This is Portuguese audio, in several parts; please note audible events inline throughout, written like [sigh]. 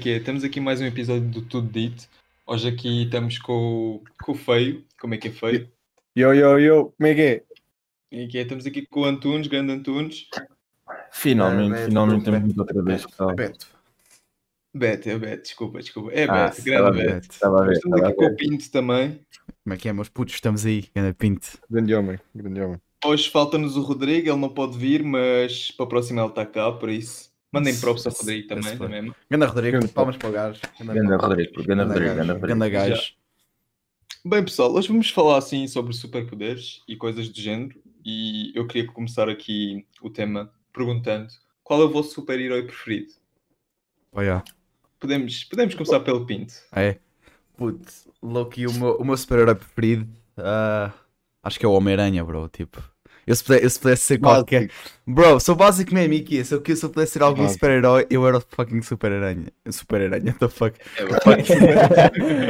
que é? Temos aqui mais um episódio do Tudo Dito. Hoje aqui estamos com, o- com o Feio. Como é que é Feio? Yo, yo, yo, como é que é? E aqui é, estamos aqui com o Antunes, grande Antunes. Finalmente, Ah, finalmente Beto, temos outra vez. pessoal. Beto. Beto, é Beto, desculpa, desculpa. É Ah, Beto, grande Beto. Beto, tá Estava a ver, Estamos estava a aqui com ver. o Pinto também. Como é que é, meus putos? Estamos aí, Ana Pinto. Grande homem, grande homem. Hoje falta-nos o Rodrigo, ele não pode vir, mas para a próxima ele está cá, por isso. Mandem props ao Rodrigo também, Esse não foi. é mesmo? Ganda Rodrigo, Ganda- palmas para o gajo. Ganda Rodrigo, Ganda Rodrigo, Ganda gajo. Rodrigo. Ganda gajo. Bem, pessoal, hoje vamos falar assim sobre superpoderes e coisas do género. E eu queria começar aqui o tema perguntando qual é o vosso super-herói preferido? Olha, Podemos, podemos começar pelo Pinto. Oh, é. Putz, Loki, o meu, o meu super-herói preferido. ah, acho que é o Homem-Aranha, bro. Tipo, eu se, puder- eu se pudesse ser qualquer. Tipo, Bro, sou básico mesmo, Iki. Se eu, que- se eu pudesse ser algum Básico. super-herói, eu era o fucking super-aranha. Super-aranha, what the [laughs] fuck. É, [laughs]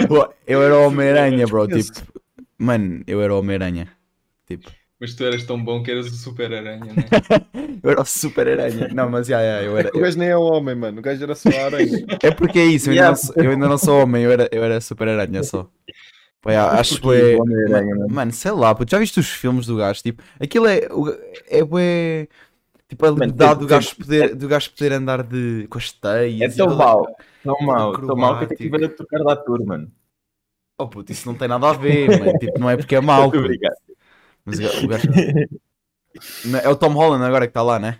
Bro, eu era o Homem-Aranha, bro. Tipo, mano, eu era o Homem-Aranha. Mas tu eras tão bom que eras o super-aranha, [laughs] né? Eu era o super-aranha. Não, mas já, já, eu era. O gajo nem é um homem, mano. O gajo era só a [laughs] aranha. Tipo, É porque é isso, eu ainda, Yeah. não, sou, eu ainda não sou homem, eu era, eu era super aranha só. Pá, yeah, acho que foi. O Homem-Aranha, Tipo, mano. Mano, sei lá, puto, já viste os filmes do gajo? Tipo, aquilo é. o- É bué. Tipo, a liberdade do tem- gajo poder, do gajo poder andar de, com as É teias. e tão toda- mau, tão mau, tão mau que eu acrobático. tive de tocar da turma. mano. Oh puto, isso não tem nada a ver, mano. Tipo, não é porque é [laughs] mau. Muito puto. obrigado. Mas o ga- o gajo. Não, É o Tom Holland agora que está lá, né?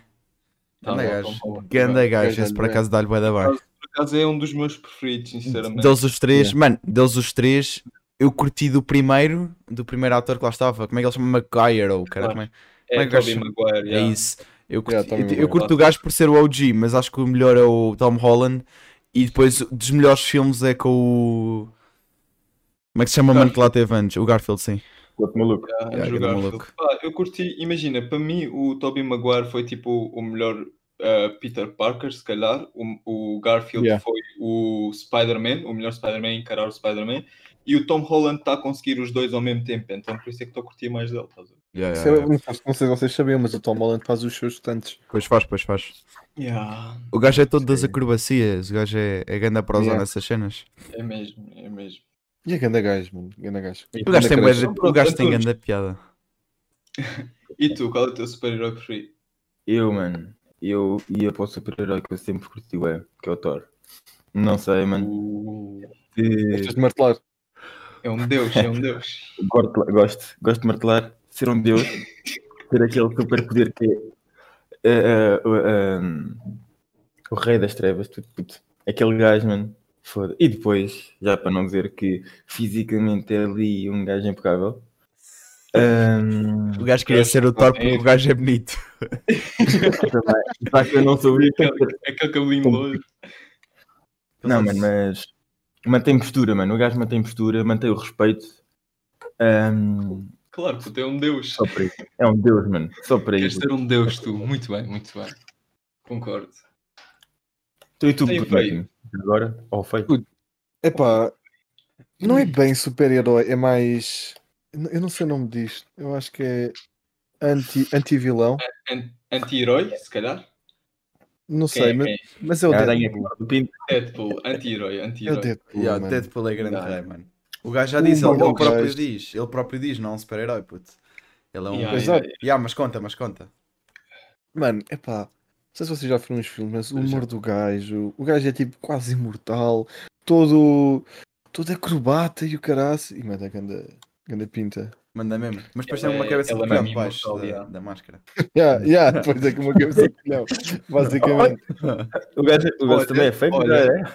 Tá Ganda bom, gajo. tá bom. Ganda gajo, Gajo esse por é. André. acaso dá-lhe bué da bem. Por acaso é um dos meus preferidos, sinceramente. Deles os três, mano, deles os três, eu curti do primeiro, do primeiro ator que lá estava, como é que ele se chama? Maguire ou cara, como é? é Como que o gajo Tobey chama? Maguire, É yeah. isso. Eu Yeah, curti, Tommy eu, eu Maguire. curto o gajo por ser o OG, mas acho que o melhor é o Tom Holland e depois dos melhores filmes é com o. Como é que se chama o mano que lá teve antes? O Garfield, sim. O outro maluco. Yeah, Yeah, Andrew grande Garfield. maluco. Pá, eu curti, imagina, para mim o Tobey Maguire foi tipo o melhor uh, Peter Parker, se calhar. O, o Garfield Yeah. foi o Spider-Man, o melhor Spider-Man, encarar o Spider-Man. E o Tom Holland está a conseguir os dois ao mesmo tempo, então por isso é que estou a curtir mais dele. estás a ver? Yeah, Isso é- Não sei não sei se vocês sabiam, mas o Tom Holland faz os seus tantos. Pois faz, pois faz. Yeah, O gajo é todo das acrobacias, o gajo é, é ganda para usar Yeah. nessas cenas. é mesmo, é mesmo. E é ganda gajo, mano. Ganda gajo. É. O gajo tem, Ganda bué- cresce. o gajo tem ganda piada. E tu, qual é o teu super-herói preferido? Eu, mano, eu ia para o super-herói que eu sempre curti, ué, que é o Thor. Não sei, mano. Uh, se- Gostas de martelar? É um deus, é um [laughs] deus. Gosto, gosto, gosto de martelar, ser um deus, ter aquele superpoder que é eh, eh, o- eh, o rei das trevas, tudo, puto. Aquele gajo, mano, foda. E depois, já para não dizer que fisicamente é ali um gajo impecável. [laughs] Ahm, O gajo queria ser o Thor porque o gajo é bonito. também, já que eu não sou É isso, um [laughs] Aquele, É aquele cabelinho loiro. Não, mano, mas mantém postura, mano. O gajo mantém postura, mantém o respeito. Ahm, Claro, puto, é um deus. só para isso. É um deus, mano. Só para Queres isso. ser um deus tu. Muito bem, muito bem. Concordo. Tu e tu, Tem puto, feio. mano, agora? Ou feio? [laughs] Epá, não é bem super-herói, é mais. eu- Eu não sei o nome disto. Eu acho que é anti- anti-vilão. An- Anti-herói, se calhar? não Quem é sei, mas, quem? mas é o A aranha Deadpool. do pinto. Deadpool, anti-herói, É o anti-herói. Deadpool, Yeah, mano. Deadpool é grande Não. rei, mano. O gajo já Um disse, ele, ele maluco próprio gajo. diz, ele próprio diz, não é um super-herói, puto. Ele é um. Yeah, Yeah. Exato. yeah, mas conta, mas conta. Mano, epá, não sei se vocês já foram nos filmes, mas o Eu já. humor do gajo, o gajo é tipo quase imortal, todo, todo acrobata e o caraço. E manda a ganda, ganda pinta. [laughs] Manda mesmo. Mas depois Ele tem uma é- cabeça de ele é colhão mesmo debaixo imortal, da, yeah. da máscara. Ya, ya, depois é que uma cabeça de [laughs] colhão, basicamente. O gajo, o gajo Olha, também é feio, mas olha. é. yeah.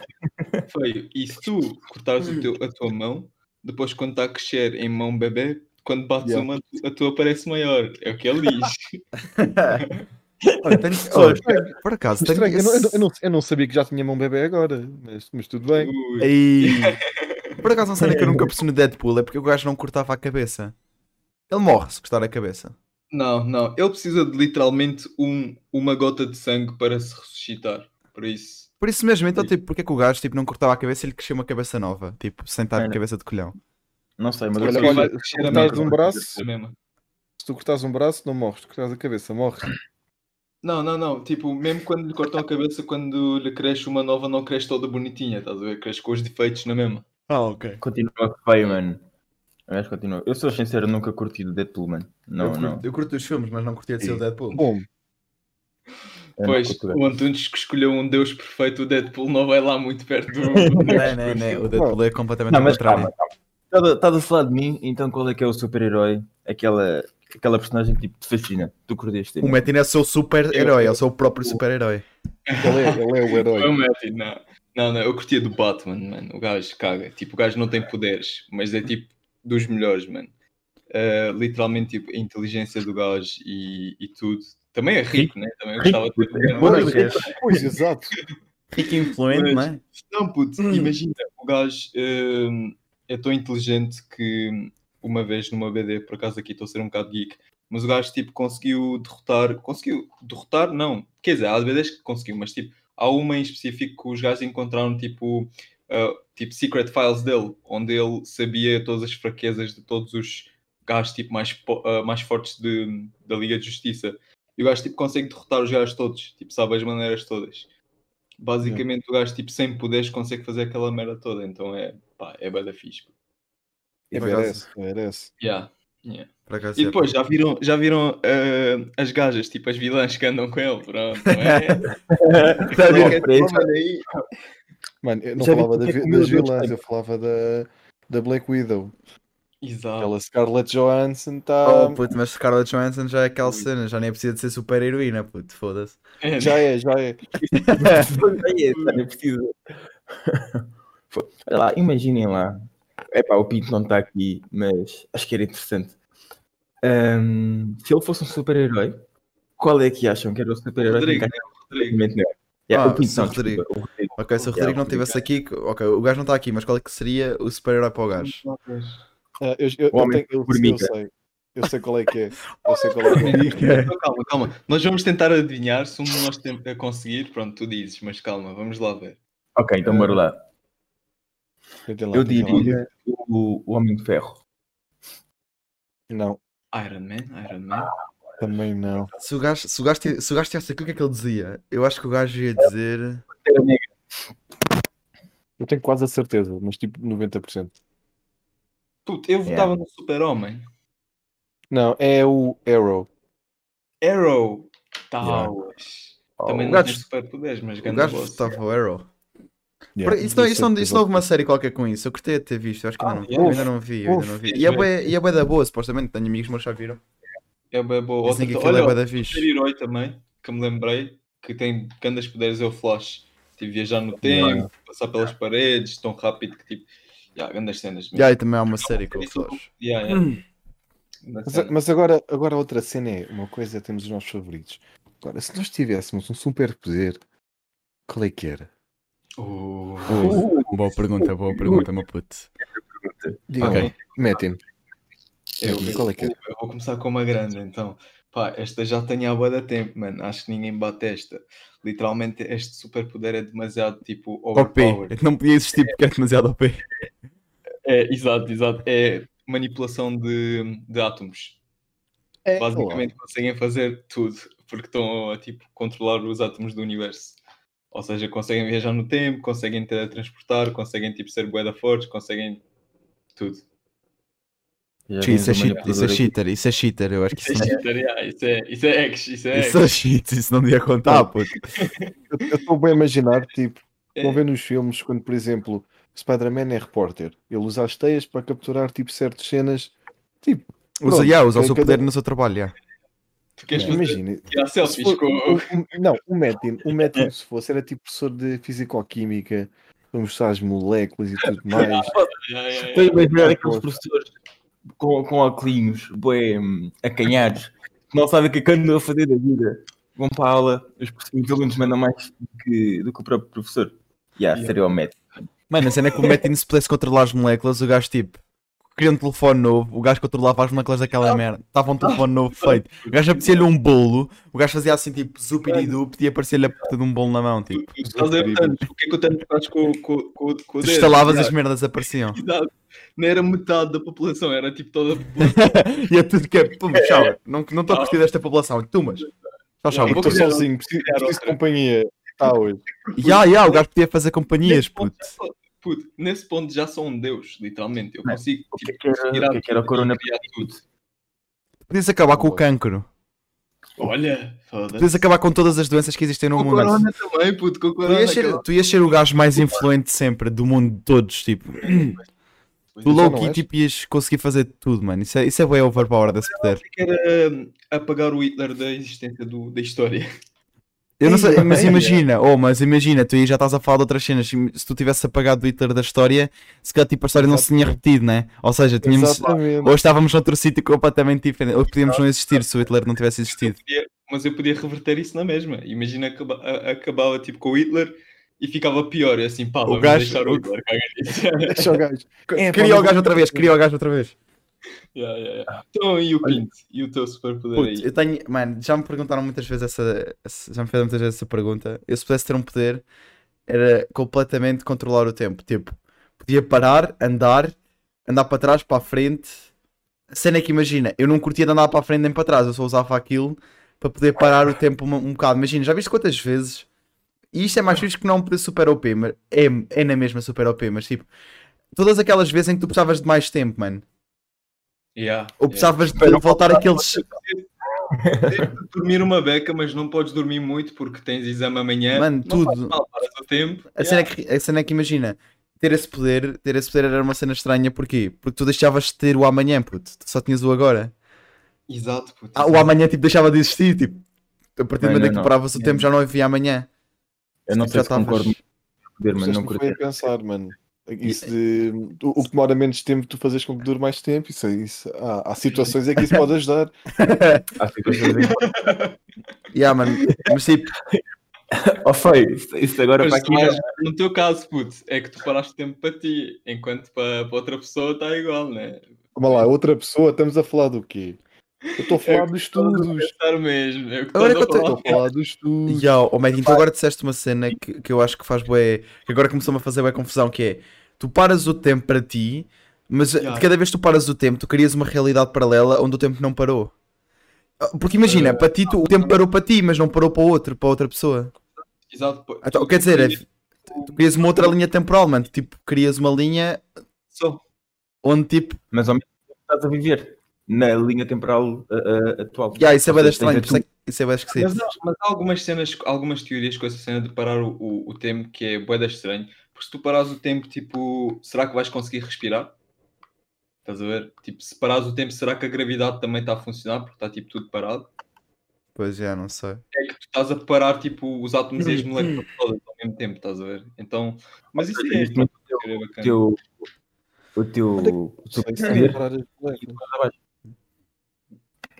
Feio. E se tu cortares o teu- a tua mão, depois quando está a crescer em mão bebê, quando bates Yeah. uma, a tua parece maior. É o que ele [laughs] diz. é. Olha, tenho- Olha, olha, por acaso, tenho Estranho, eu, não, eu não- eu esse- não- eu não sabia que já tinha mão bebê agora, mas, mas tudo bem. Ui. Ei. [laughs] Por acaso, uma cena que eu nunca percebi no Deadpool é porque o gajo não cortava a cabeça. Ele morre se cortar a cabeça. Não, não. Ele precisa de literalmente um, uma gota de sangue para se ressuscitar. Por isso. Por isso mesmo, então, Sim. tipo, porque é que o gajo tipo, não cortava a cabeça e ele cresceu uma cabeça nova? Tipo, sem estar de Mano. cabeça de colhão. [laughs] Não sei, mas Olha, eu olha, vai se crescer a cortares mesma. um braço, é mesmo. se tu cortares um braço, não morres, se cortares a cabeça, morres. Não, não, não. Tipo, mesmo quando lhe cortam a cabeça, quando lhe cresce uma nova, não cresce toda bonitinha, estás a ver? Cresce com os defeitos na mesma. Ah, ok. Continua feio, mano. Mas continua. Eu sou sincero, nunca curti do Deadpool, mano. Não, eu, curto, não. eu curto os filmes, mas não curti de ser o Deadpool. Bom, Eu não pois, curto o Antunes que escolheu um Deus perfeito, o Deadpool não vai lá muito perto do. do Deus Não, não, não. O Deadpool é completamente Não, ao mas contrário. calma, calma. Estás a falar de mim, então qual é que é o super-herói? Aquela, aquela personagem que tipo, te fascina. Tu curtiste O Metin é o seu super-herói, é o seu próprio super-herói. ele é, ele é o Não, herói. Matty, não. não, não, eu curtia do Batman, mano. O gajo caga. Tipo, o gajo não tem poderes, mas é tipo dos melhores, mano. Ah, literalmente, tipo, a inteligência do gajo e, e tudo. Também é rico, né? Também eu Rico, gostava de ter É dinheiro. Boa Mas- noite. Pois, exato. Fica influente, Mas- não é? Não, puto, imagina, o gajo hum, é tão inteligente que hum, uma vez numa BD, por acaso aqui estou a ser um bocado geek, mas o gajo tipo conseguiu derrotar, conseguiu derrotar, não, quer dizer, há BDs que conseguiu, mas tipo, há uma em específico que os gajos encontraram tipo, ah, tipo secret files dele, onde ele sabia todas as fraquezas de todos os gajos tipo mais, po- ah, mais fortes de- da Liga de Justiça. E o gajo tipo consegue derrotar os gajos todos, tipo, sabe as maneiras todas basicamente o gajo tipo sem poderes consegue fazer aquela merda toda, então é pá, é bada fixe. É É E por Merece, merece. Yeah. Por acaso, E é. depois já viram, já viram eh, as gajas, tipo as vilãs que andam com ele, pronto, não [laughs] é? Tá a ver que é Não, isso? mano, aí- Mano, eu não Já vi falava da porque vi- é que o meu das Deus vilãs, tem- eu falava da, da Black Widow. Exato. Aquela Scarlett Johansson tá- está. Oh, puto, mas Scarlett Johansson já é aquela Ui. cena, já nem precisa de ser super-heroína, puto, foda-se. É, já é, já é. É, tá, eu preciso. Foi. Olha lá, imaginem lá. Epá, o Pinto não está aqui, mas acho que era interessante. Ahm, se ele fosse um super-herói, qual é que acham que era o super-herói? que Rodrigo, encaixa Rodrigo. perfeitamente nele? Yeah, Ah, o Pinto, se não, o Rodrigo- desculpa, o Rodrigo. Ok, se o Rodrigo não estivesse aqui, ok, o gajo não está aqui, mas qual é que seria o super-herói para o gajo? Ah, eu, eu, O eu, homem tenho- eu- eu formiga. sei. Eu sei qual é que é. Eu sei qual é que é. Então, calma, calma. Nós vamos tentar adivinhar se um de nós tem- a conseguir, pronto, tu dizes, mas calma, vamos lá ver. Ok, então bora lá. Tentem lá, Eu tentem lá. diria o, o Homem de Ferro. Não, Iron Man, Iron Man. também não. Se o gajo, se o gajo, ti- se o gajo tivesse aqui, o que é que ele dizia? Eu acho que o gajo ia dizer. Pantera Negra. Eu tenho quase a certeza, mas tipo 90%. Puto, eu votava no Super-Homem. Não, é o Arrow. Arrow. Tal. Também Oh, não o gajo- tem superpoderes, mas O ganha gajo votava o Arrow. Yeah, Por- Isso, não, isso, não, 17%. isso não houve uma série qualquer com isso. Eu gostei de ter visto, eu acho que ainda, não, yeah. eu ainda não vi. eu ainda Uf, não vi. uf, E é bué- e é bué da boa, supostamente. Tenho amigos meus que já viram. É bem boa. Dizem Outra, que aquilo é olha, bué da outro fixe. herói também, que me lembrei, que tem grandes poderes, é o Flash. Tipo, viajar no tempo, passar pelas paredes, tão rápido que tipo... Yeah, grandes cenas mesmo. Yeah, e também há uma série com o Isso é tudo. Flash. Yeah, yeah. Grandes Mas, é- É. cenas. mas agora, agora outra cena é, uma coisa é temos os nossos favoritos. Agora, se nós tivéssemos um superpoder, qual é que era? Oh. Boa pergunta, boa pergunta, meu puto. Digam, Ok. metem. Eu, Metem, eu- qual é que era? eu vou começar com uma grande, então. Pá, esta já tenho há bué da tempo, mano. Acho que ninguém bate esta. Literalmente, este superpoder é demasiado, tipo, OP. overpowered. Não podia existir porque é demasiado OP. É, exato, exato. É manipulação de, de átomos. É, Basicamente conseguem fazer tudo, porque estão a tipo, controlar os átomos do universo. Ou seja, conseguem viajar no tempo, conseguem teletransportar, conseguem tipo, ser boeda fortes, conseguem tudo. Já Sim, Isso é, vimos cheat- o isso é manipulador aqui. cheater, isso é cheater, eu acho que Isso é isso não, cheater, yeah, isso é, isso é ex, isso é Ah, isso é cheat, isso não devia contar, puto. Eu eu estou bem a imaginar, tipo, É. vão ver nos filmes quando, por exemplo, Spider-Man é repórter. Ele usa as teias para capturar, tipo, certas cenas. Tipo, Usa, Pronto, yeah, usa o seu cada- poder no seu trabalho, yeah. Tu queres fazer imagina. tirar se selfies for- com o- o- não, o Metin, o Metin, se fosse, era tipo professor de Fisicoquímica, para mostrar as moléculas e [laughs] Ah, tudo mais. Yeah, yeah, yeah. Estou a imaginar aqueles professores com, com óculos, bué, hum, acanhados, que não sabem o que é que andam a fazer da vida. Vão para a aula, os, profe- os alunos mandam mais do que, do que o próprio professor. Yeah, Yeah. seria o método. Mano, a cena é que o Metin se pudesse controlar as moléculas, o gajo tipo. Queria um telefone novo, o gajo controlava as moléculas Ah. daquela merda, estava um telefone novo feito. O gajo apetecia-lhe um bolo, o gajo fazia assim tipo zupididup e aparecia-lhe a puta de um bolo na mão, tipo. Estás a ver o Thanos? O que é que o Thanos faz com, com, com, com o dedo? Estalavas e as Yeah, merdas apareciam. exato. Não era metade da população, era tipo toda a população. [laughs] e é tudo que é. Pum, tchau, não estou a curtir desta população, tu mas. Tchau, tchau. Eu vou Estou criar sozinho, preciso, criar preciso de outra. companhia. Tá hoje. Ya, ya, o gajo podia fazer companhias, Nesse puto. ponto, já sou- puto, nesse ponto já sou um deus, literalmente. Eu Não, consigo O que é tipo, que era, tirar o que é que era o corona? criar tudo. Podias acabar com o cancro. Olha, foda-se. Podias acabar com todas as doenças que existem no Com o mundo. corona também, puto, com o Tu corona. ias, ser, tu ias ser o gajo mais influente sempre do mundo de todos, tipo. Tu já low não key, és? tipo, ias conseguir fazer tudo, mano. Isso é, isso é way overpower desse poder. que era hum, apagar o Hitler da existência do- da história. [laughs] Eu não sei, Ei, mas ei, imagina, oh, mas imagina, tu aí já estás a falar de outras cenas. Se tu tivesse apagado o Hitler da história, se calhar tipo, a história não se tinha repetido, né? Ou seja, tínhamos, Exatamente. ou estávamos noutro sítio completamente diferente, ou podíamos não existir se o Hitler não tivesse existido. mas eu podia reverter isso na mesma. Imagina que acaba- a- acabava tipo com o Hitler e ficava pior. E assim, pá, vamos gajo- deixar o o- Hitler. caga nisso. [laughs] Deixa o gajo. É, pá, Cria não o gajo vou- outra vez, cria o gajo outra vez. Yeah, yeah, yeah. Então, e o quinto? E o teu superpoder Putz, aí? eu tenho, mano, já me perguntaram muitas vezes essa, essa- já me fizeram muitas vezes essa pergunta. Eu se pudesse ter um poder, era completamente controlar o tempo. Tipo, podia parar, andar, andar para trás, para a frente. A cena é que imagina, eu não curtia de andar para a frente nem para trás, eu só usava aquilo para poder parar o tempo uma- um, bocado. Imagina, já viste quantas vezes? E isto é mais fixe que não um poder super OP, mas é, é na mesma super OP, mas tipo, todas aquelas vezes em que tu precisavas de mais tempo, mano. Yeah, yeah. Ou precisavas de voltar aqueles. Dormir uma beca, mas não podes dormir muito porque tens exame amanhã. Mano, é. Não faz tudo. mal, paras o tempo. A cena, é que, a cena é que imagina, ter esse poder, ter esse poder era uma cena estranha, porquê? Porque tu deixavas de ter o amanhã, puto, tu só tinhas o agora. Exato, puto. Ah, o amanhã tipo deixava de existir, tipo, a partir do Não, momento não, em que tu não. paravas o tempo já não havia amanhã. Eu não Tipo, sei já se concordo estavas- com o poder, mas Mas não não foi curto. a pensar, mano. Isso de o o que demora menos tempo, tu fazes com que dure mais tempo. Isso, é, isso, há, há situações em que isso pode ajudar. Há situações em [laughs] que- Yeah, [laughs] mano, mas tipo, Oh, foi, isso- isso agora Mas para aqui. tu não. és- no teu caso, puto, é que tu paraste tempo para ti, enquanto para, para outra pessoa está igual, né? Vamos lá, outra pessoa, estamos a falar do quê? Eu estou a falar dos estudos. Pensar mesmo. É o que estás a Agora é que eu Estou falar. a falar dos estudos. yeah, oh, Maidinho, tu agora disseste uma cena que, que eu acho que faz bué, que agora começou-me a fazer bué confusão, que é, tu paras o tempo para ti, mas eh, Yeah. de cada vez que tu paras o tempo, tu crias uma realidade paralela onde o tempo não parou. Ah, Porque imagina, Eh, para ti tu- o tempo parou para ti, mas não parou para o outro, para outra pessoa. Exato, pô. Então, quer dizer, é- tu crias uma outra linha temporal, mano. Tipo, crias uma linha Só. onde tipo. Mas ao mesmo tempo estás a viver na linha temporal ah, ah, atual. Yeah, isso é Ou bem seja, tens estranho, a por isso é que- isso é bem esquisito. Mas, há- mas há algumas cenas, algumas teorias com essa cena de parar o, o, o tempo que é boeda estranho. Porque se tu parares o tempo, tipo, será que vais conseguir respirar? Estás a ver? Tipo, se parares o tempo, será que a gravidade também está a funcionar? Porque está tipo tudo parado. Pois já, não sei. Tipo, É que tu estás a parar tipo os átomos Hum, e as moléculas todas ao mesmo tempo, estás a ver? Então, mas isso é, Isto não é bacana. o teu. O teu. O Não sei teu se estás a poder. parar as moléculas.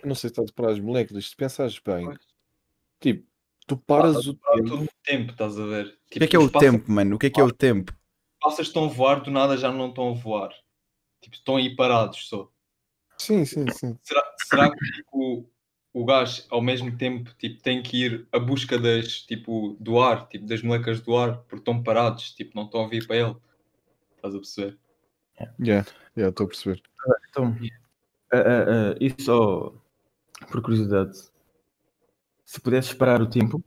Não sei se estás a parar as moléculas. Se pensares bem, Pois. tipo, tu paras o Parar tempo. todo o tempo, estás a ver? Tipo, O que é que é o tempo, mano? O que é que Ah, é o tempo? Passas estão a voar, do nada já não estão a voar. Tipo, estão aí parados só. Sim, sim, sim. Será, será que tipo, o gás ao mesmo tempo tipo, tem que ir à busca das, tipo, do ar, tipo, das molecas do ar, porque estão parados, tipo, não estão a vir para ele? Estás a perceber? Yeah, yeah, estou a perceber. Então, ah, ah, ah, isso só por curiosidade. Se pudesses parar o tempo,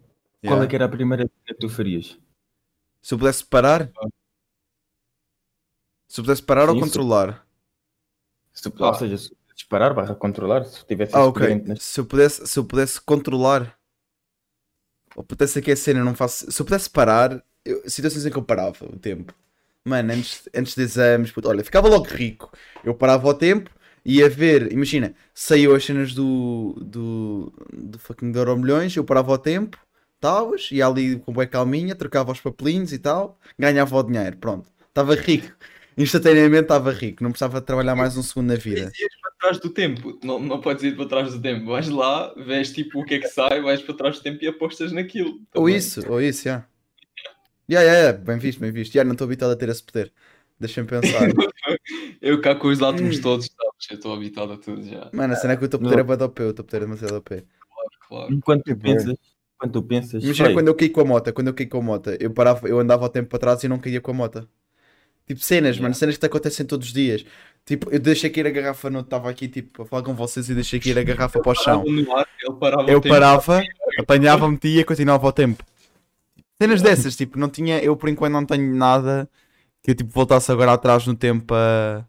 qual é Yeah. que era a primeira coisa que tu farias? Se eu pudesse parar. Se eu pudesse parar ou Ah. Sim, sim. controlar? Se, Ah. Ou seja, se pudesses parar, barra controlar, se tivesse Ah, esse ok. poder em- nas- Se eu pudesse, se eu pudesse controlar. Ou pudesse aqui a cena, eu não faço. Se eu pudesse parar, eu- situações em que eu parava o tempo. Mano, antes, antes de exames, puto, olha, ficava logo rico. Eu parava o tempo, ia ver, imagina, saiu as cenas do. do. do fucking de Euro Milhões, eu parava o tempo, tavas, ia ali com bué calminha, trocava os papelinhos e tal, ganhava o dinheiro, pronto. Estava rico. Instantaneamente estava rico, não precisava de trabalhar mais um segundo na vida. Para trás do tempo, não, não podes ir para trás do tempo. Vais lá, vês tipo o que é que sai, vais para trás do tempo e apostas naquilo. Tá Ou bem? isso, ou isso, já. Já, já, já, bem visto, bem visto. Já, não estou habituado a ter esse poder. Deixa-me [laughs] pensar. Eu cá com os átomos todos, sabes? Eu estou habitado a tudo já, Mano, a cena é que o teu poder é bué de OP, o teu poder é demasiado OP. claro. Enquanto Que tu pensas, enquanto tu pensas, Imagina é sei, quando eu caí com a moto, quando eu caí com a moto, eu, parava, eu andava ao tempo para trás e não caía com a moto. Tipo cenas, mano, cenas que te acontecem todos os dias. Tipo, eu deixei cair a garrafa, não estava aqui tipo a falar com vocês e deixei cair a garrafa para o chão. Parava no ar, ele parava o Eu tempo. parava, Apanhava, metia e continuava ao tempo. Cenas dessas, tipo, não tinha. Eu por enquanto não tenho nada que eu tipo voltasse agora atrás no tempo a.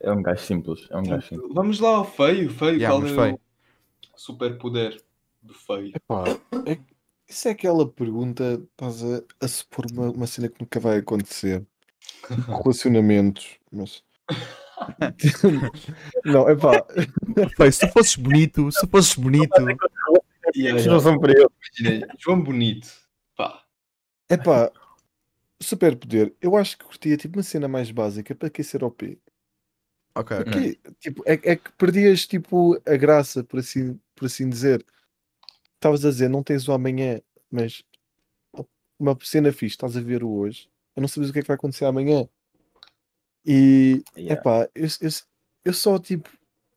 É um gajo simples. É um gajo simples. Vamos lá ao feio, feio, Yeah, qual mas é feio. o superpoder do feio? Epá, é, isso é aquela pergunta, estás a, a supor uma, uma cena que nunca vai acontecer. Relacionamentos, mas. não, é pá, Feio, se tu fosses bonito, se tu fosses bonito. Yeah, Eles não são para ele. imaginei. João Bonito, pá, é pá, superpoder. Eu acho que curtia tipo uma cena mais básica para que ser OP. Ok. Hum. Que, tipo, é, é que perdias tipo a graça, por assim, por assim dizer. Estavas a dizer, não tens o amanhã, mas uma cena fixe, estás a ver o hoje, eu não sabes o que é que vai acontecer amanhã. E [laughs] Yeah. epá, eu, eu, eu só tipo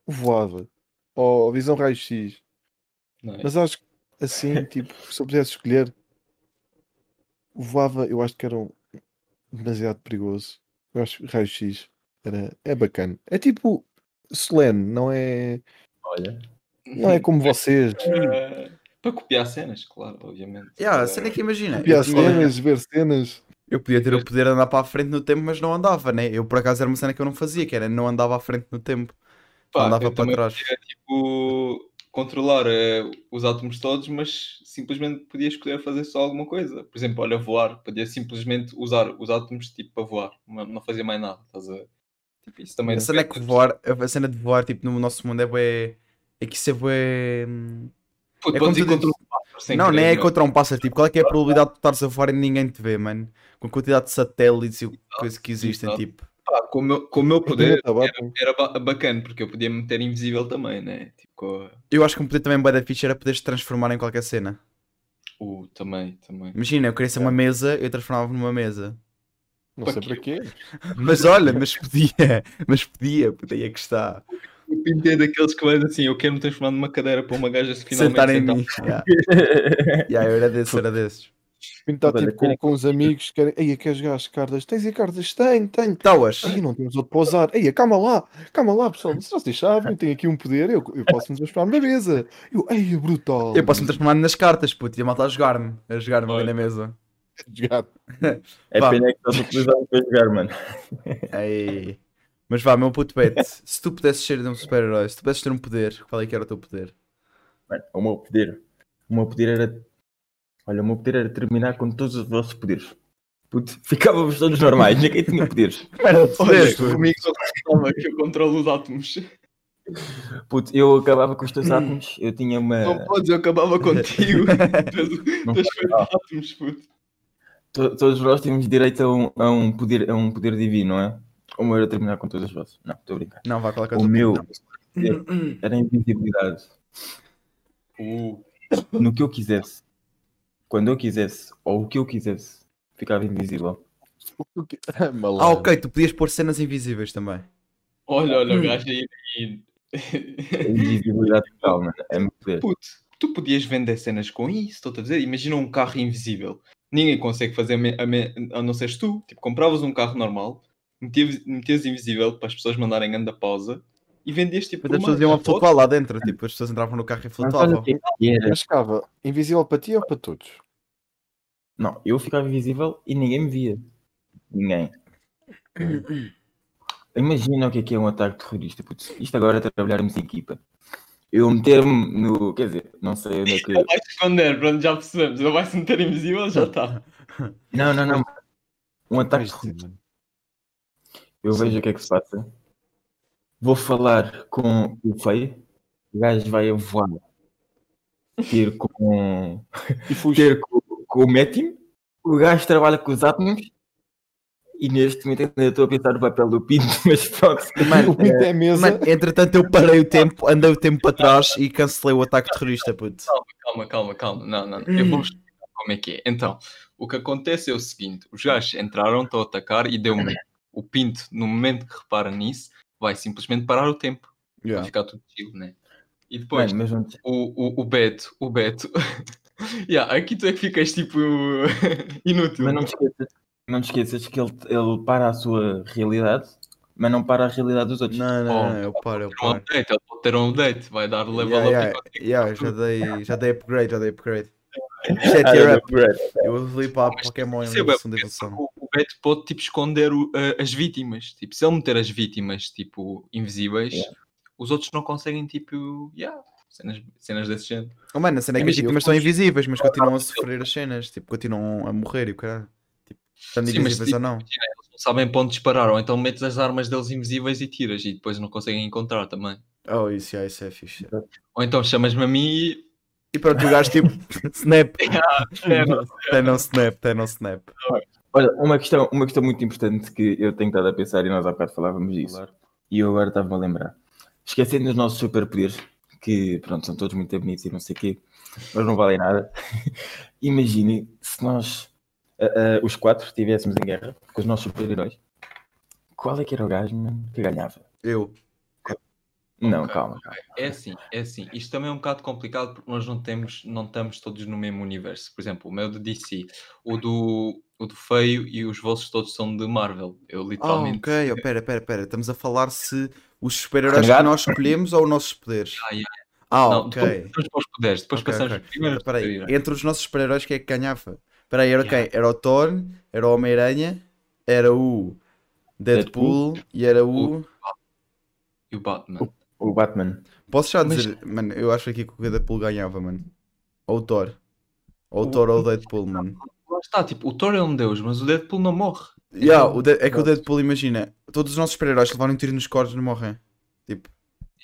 voava ou visão raio-x, não é? mas acho que assim, tipo, se eu pudesse escolher, voava, eu acho que era um- demasiado perigoso. Eu acho que raio-x era, é bacana. É tipo solene, não é, Olha. não é como vocês. Eh, para copiar cenas, claro, obviamente. Yeah, a Eh, cena é que imagina. Eu, Copiar tinha- cenas, ver cenas. eu podia ter o poder de andar para a frente no tempo, mas não andava, né? Eu por acaso era uma cena que eu não fazia, que era não andava à frente no tempo. pá, andava eu para também trás. tipo, controlar eh, os átomos todos, mas simplesmente podia escolher fazer só alguma coisa. Por exemplo, olha, voar, podia simplesmente usar os átomos tipo para voar, não não fazer mais nada. Estás a... tipo, isso também A cena é que depende. voar, a cena de voar, tipo, no nosso mundo é bué. É que isso é bué. hum, Pô, é podes como ir tu dizes. contra um pássaro sem não, querer, nem é meu. contra um pássaro. Tipo, qual é que é a probabilidade de tu estares a voar e ninguém te vê, mano? Com a quantidade de satélites e o- coisa que existem, exato. tipo. Pá, com, o meu, com o meu poder Tá bom. era ba- bacana, porque eu podia me meter invisível também, né? Tipo, com a- Eu acho que um poder também bué da ficha era poderes transformar em qualquer cena. o também, também. Imagina, eu queria ser uma mesa, eu transformava-me numa mesa. Não sei para quê. Mas olha, mas podia, mas podia, podia que está. O Pinto é daqueles que vai assim, eu quero me transformar numa cadeira para uma gaja se finalmente então. Sentar em sentar. mim. [laughs] Yeah. Yeah, eu era desses, era desses. Pintar Olha, tipo quem é com, com os amigos, querem. Ei, queres jogar as cartas? Tens aí cartas? Tenho, tenho. Tauas. Ei, não temos outro para usar. Ei, calma lá, calma lá, pessoal. Vocês vocês sabem, eu tenho aqui um poder, eu, eu posso me transformar na mesa. Eu, ei, é brutal. Eu posso me transformar nas cartas, puto, e a malta a jogar-me, a jogar-me ali Olha. na mesa. jogar. É Vá. pena que estás a utilizar para jogar, mano. [laughs] Ei. Mas vá, meu puto Pet, se tu pudesses ser um super-herói, se tu pudesses ter um poder, qual é que era o teu poder? Mano, O meu poder. O meu poder era. Olha, o meu poder era terminar com todos os vossos poderes. Puto, ficávamos todos normais, ninguém tinha poderes. Era Olha, é comigo só faltava que eu controlo os átomos. Puto, eu acabava com os teus átomos, eu tinha É. Não uma. podes, eu acabava [laughs] contigo. Tu és feito de átomos, puto. to- Todos nós tínhamos direito a um, a um poder, a um poder divino, não é? O meu era terminar com todos os vossos. Não, estou a brincar. Não, vá, qual é que é o O teu meu poder? era a invisibilidade. Uh, No que eu quisesse, quando eu quisesse, ou o que eu quisesse, ficava invisível. [laughs] Ah, ok, tu podias pôr cenas invisíveis também. olha, Hum. olha, o gajo aí. aí. A invisibilidade total, mano. É meu poder. Puto, tu podias vender cenas com isso, estou-te a dizer. Imagina um carro invisível. Ninguém consegue fazer, a, me- a me- a não seres tu. Tipo, compravas um carro normal, metias, metias invisível para as pessoas mandarem grande pausa e vendias tipo. Mas uma- as pessoas iam a flutuar lá dentro, tipo, as pessoas entravam no carro e Mas olha flutuavam. o que é que era. Mas ficava invisível para ti ou para todos? Não, eu ficava invisível e ninguém me via. Ninguém. Imagina o que é que é um ataque terrorista. Putz, isto agora é trabalharmos em equipa. Eu meter-me no. Quer dizer, não sei onde é que. Vai se esconder, pronto, já percebemos. Ele vai se meter invisível, já está. Não, não, não. Um Tá ataque Mas, terrorista. mano, Eu vejo o que é que se passa. Vou falar com o feio. O gajo vai a voar. Ter com. E fujo. ter com, com o Metin, o gajo trabalha com os átomos e neste momento ainda estou a pensar no papel do Pinto, [laughs] mas pronto. [laughs] O pinto é a mesa. Mano, entretanto eu parei o tempo, andei o tempo para trás e cancelei o ataque terrorista, puto. Calma, calma, calma. Não, não, não. Eu Hum. vou explicar como é que é. Então, o que acontece é o seguinte: os gajos entraram, estão a atacar e deu Uhum. medo. O Pinto, no momento que repara nisso, vai simplesmente parar o tempo. Vai ficar tudo chill, né? E depois, Mano, mas não te- o, o, o Beto, o Beto. [laughs] yeah, aqui tu é que ficas tipo [laughs] inútil. mas não te esqueças, não te esqueças que ele, ele para a sua realidade, mas não para a realidade dos outros. Não, não, não, eu paro, eu Não paro. um update, ele pode ter um update, vai dar level Yeah, up. yeah, e yeah, já, dei, já dei upgrade, já dei upgrade. Isto é tier up. Eu usei para Mas Pokémon na Isso é bué segunda porque evolução. O, o Beto pode tipo, esconder o- a- as vítimas. Tipo, se ele meter as vítimas tipo, invisíveis, os outros não conseguem, tipo, yeah, cenas, cenas desse género. Oh, mano, a cena é que as vítimas são [laughs] invisíveis, mas continuam a sofrer as cenas, tipo, continuam a morrer e o caralho. Tipo, estando Sim, mas invisíveis tipo- ou não. Eles não sabem para onde disparar, ou então metes as armas deles invisíveis e tiras, e depois não conseguem encontrar também. Oh, isso, yeah, isso é fixe. Ou então chamas-me a mim e. E pronto, o [laughs] gajo tipo, snap, [laughs] tem não snap, tem não snap. Olha, uma questão, uma questão muito importante que eu tenho estado a pensar e nós há bocado falávamos disso. E eu agora estava-me a lembrar. Esquecendo os nossos superpoderes, que pronto, são todos muito bonitos e não sei o quê, mas não valem nada. [laughs] Imagine se nós, ah, ah, os quatro, estivéssemos em guerra com os nossos super-heróis. Qual é que era o gajo mano, que ganhava? Eu. Não, Ok. calma, calma. É assim, é assim. Isto também é um bocado complicado porque nós não temos, não estamos todos no mesmo universo. Por exemplo, o meu de DC, o do, o do Feio e os vossos todos são de Marvel. Eu Ah, literalmente. ok, oh, pera, pera, pera. Estamos a falar se os super-heróis que Renegado? nós escolhemos ou os nossos poderes. Ah, yeah. Ah, Não, ok. depois, depois para os poderes, depois Ok, passamos ok. primeiro. Espera aí, para- entre os nossos super-heróis, quem é que ganhava? Espera aí, era quem? Era o Thor, era o Homem-Aranha, era o Deadpool, e era o... E o Batman. O Batman. Posso já Mas- dizer, mano, eu acho aqui que o Deadpool ganhava, mano. Ou o Thor. Ou o O- Thor ou o Deadpool, mano. Lá está, tipo, o Thor é um deus, mas o Deadpool não morre. Yeah, o De- é que o Exato. Deadpool, imagina, todos os nossos super-heróis levaram um tiro nos corpos e não morrem. Tipo,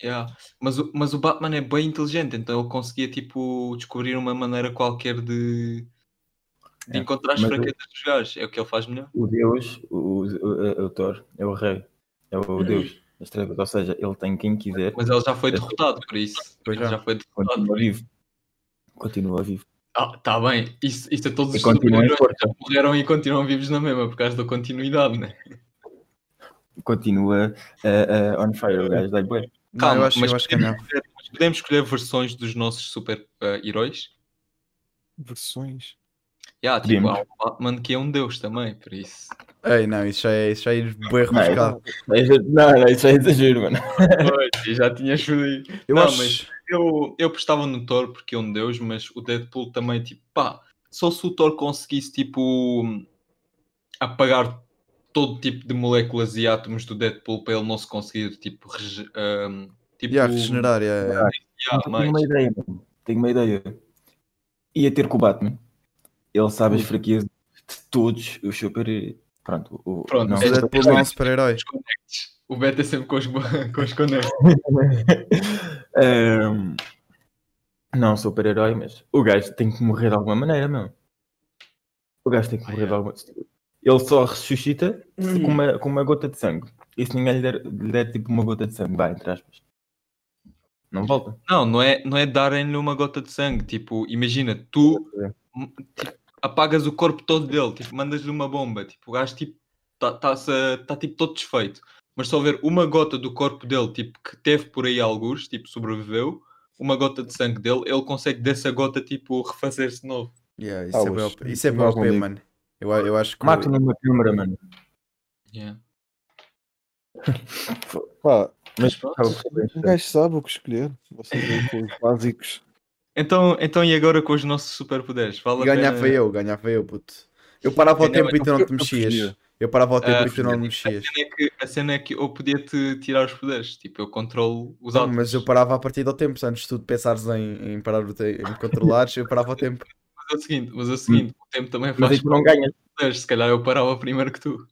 Yeah. Mas, o, mas o Batman é bem inteligente, então ele conseguia tipo, descobrir uma maneira qualquer de, de É, encontrar as mas o- fraquezas dos gajos. É o que ele faz melhor. O Deus, o, o, o- o Thor, é o rei. É o [laughs] Deus das trevas. Ou seja, ele tem quem quiser. Mas ele já foi É. derrotado por isso. Pois Ele já. já foi derrotado. Continua vivo. Continua vivo. Ah, tá bem. Isso, isso é todos E os continua em super-heróis que já morreram e continuam vivos na mesma por causa da continuidade, né? Continua eh, eh, on fire, o gajo dá bué. não, Calma, eu acho, mas eu acho que é podemos ganhava. escolher- mas podemos escolher versões dos nossos super-heróis. Versões. yeah, tipo, Podemos. há o Batman que é um deus também, por isso. Ei, não, isso já é, isso já é ir bem rebuscado. Não, não, isso é exagero, mano. Pois, eu já tinha escolhido. Eu tipo, Não, acho... mas- Eu, eu postava no Thor porque é um deus, mas o Deadpool também, tipo, pá, só se o Thor conseguisse, tipo, apagar todo tipo de moléculas e átomos do Deadpool para ele não se conseguir, tipo, rege- ahm, tipo, Yeah, regenerar, yeah, yeah. yeah, Tenho Ah, mais. uma ideia, mano. Tenho uma ideia. Ia ter com o Batman. Ele sabe as fraquezas de todos os super. Pronto, o. Pronto, não, é O Mas Deadpool [laughs] não é um super-herói. O Beto é sempre com os, [laughs] bo- com os conectos. [laughs] Ahm, não super-herói, mas o gajo tem que morrer de alguma maneira, meu. O gajo tem que morrer de alguma Ele só ressuscita com, uma, com uma gota de sangue. E se ninguém lhe der, lhe der, tipo uma gota de sangue, vai, entre aspas. Não volta. Não, não é, não é darem-lhe uma gota de sangue. Tipo, imagina, tu m- tipo, apagas o corpo todo dele, tipo, mandas-lhe uma bomba. Tipo, o gajo tipo, está tá, tá, tipo, todo desfeito. Mas só ver uma gota do corpo dele, tipo, que teve por aí alguns, tipo, sobreviveu, uma gota de sangue dele, ele consegue dessa gota, tipo, refazer-se de novo. Yeah, isso, é hoje. BOP, isso é Não há BOP, bom mano. Eu, eu acho que. Mata numa câmara, mano. Yeah. Pá, Mas pronto. Acaba por ser um bem. gajo sabe o que escolher. Vocês aí com os básicos. Então, então, e agora com os nossos superpoderes? Vale a Ganhava pena- eu, ganhava eu, puto. Eu parava o Ganhava tempo e tu não te eu mexias. preferia. Eu parava o tempo Ah, e tu não te mexias. A cena, é que, a cena é que eu podia-te tirar os poderes. Tipo, eu controlo os Não, átomos. mas eu parava a partir do tempo. se Antes de tu pensares em, em parar o tempo, em me controlares, eu parava o tempo. Mas é o seguinte, mas é o seguinte, o tempo também Mas aí faz tu não ganhas. poderes, se calhar eu parava primeiro que tu.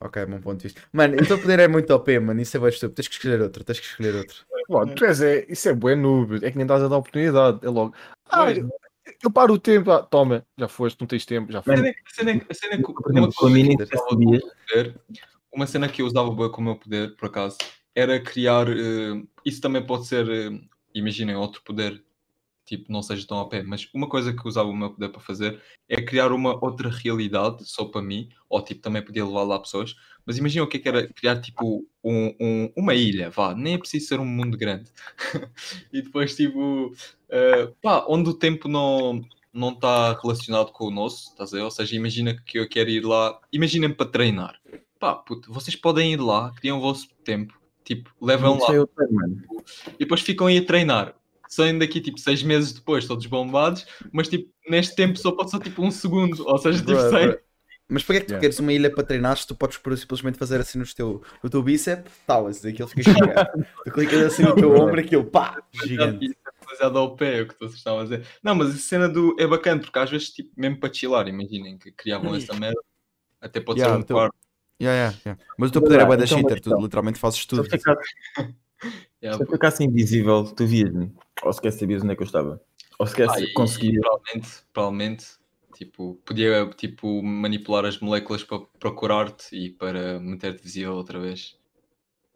Ok, bom ponto de vista. Mano, o teu poder é muito OP, mano. Isso é bem estúpido. Tens que escolher outro, tens que escolher outro. Pá, tu és, é, isso é bué noob. É que nem estás a dar oportunidade. É logo. Ah, eu, eu paro o tempo. Ah, toma, já foste, não tens tempo. Já A foste. cena é que- a cena é que- a cena é que Por exemplo, uma com a coisa mini, que tu eu usava com o sabias. poder, uma cena que eu usava bué com o meu poder, por acaso, era criar. eh, isso também pode ser, eh, imaginem, outro poder, tipo, não seja tão OP, mas uma coisa que eu usava o meu poder para fazer é criar uma outra realidade só para mim, ou tipo, também podia levar lá pessoas. Mas imaginem o que é que era criar, tipo, um- um- uma ilha, vá, nem é preciso ser um mundo grande. [laughs] e depois, tipo, eh, pá, onde o tempo não não está relacionado com o nosso, estás a ver? Ou seja, imagina que eu quero ir lá, imaginem para treinar. Pá, puto, vocês podem ir lá, criam o vosso tempo, Tipo, levam Isso é lá. o termo, mano. E depois ficam aí a treinar. Saem daqui tipo seis meses depois, todos bombados, mas tipo, neste tempo só passou tipo um segundo. Ou seja, tipo, Bruh, saem- bruh. Mas para que é que tu Yeah. queres uma ilha para treinar se tu podes por- simplesmente fazer assim no teu, no teu bíceps, talas, aquilo fica gigante. tu clicas assim no teu ombro, aquilo pá, gigante. Isso é demasiado ao pé, é o que vocês estavam a dizer. Não, mas a cena do é bacana, porque às vezes, tipo, mesmo para chilar, imaginem que criavam essa merda, até pode Yeah, ser um então- quarto. Yeah, yeah, yeah. Mas o teu poder é bué da Então, cheater, mas tu então. literalmente fazes Se eu tudo. ficasse- se Yeah, eu ficasse invisível, tu vias-me. Ou sequer sabias onde é que eu estava. Ou sequer pá, e- e conseguias. Provavelmente, provavelmente, tipo, podia tipo, manipular as moléculas para procurar-te e para meter-te visível outra vez.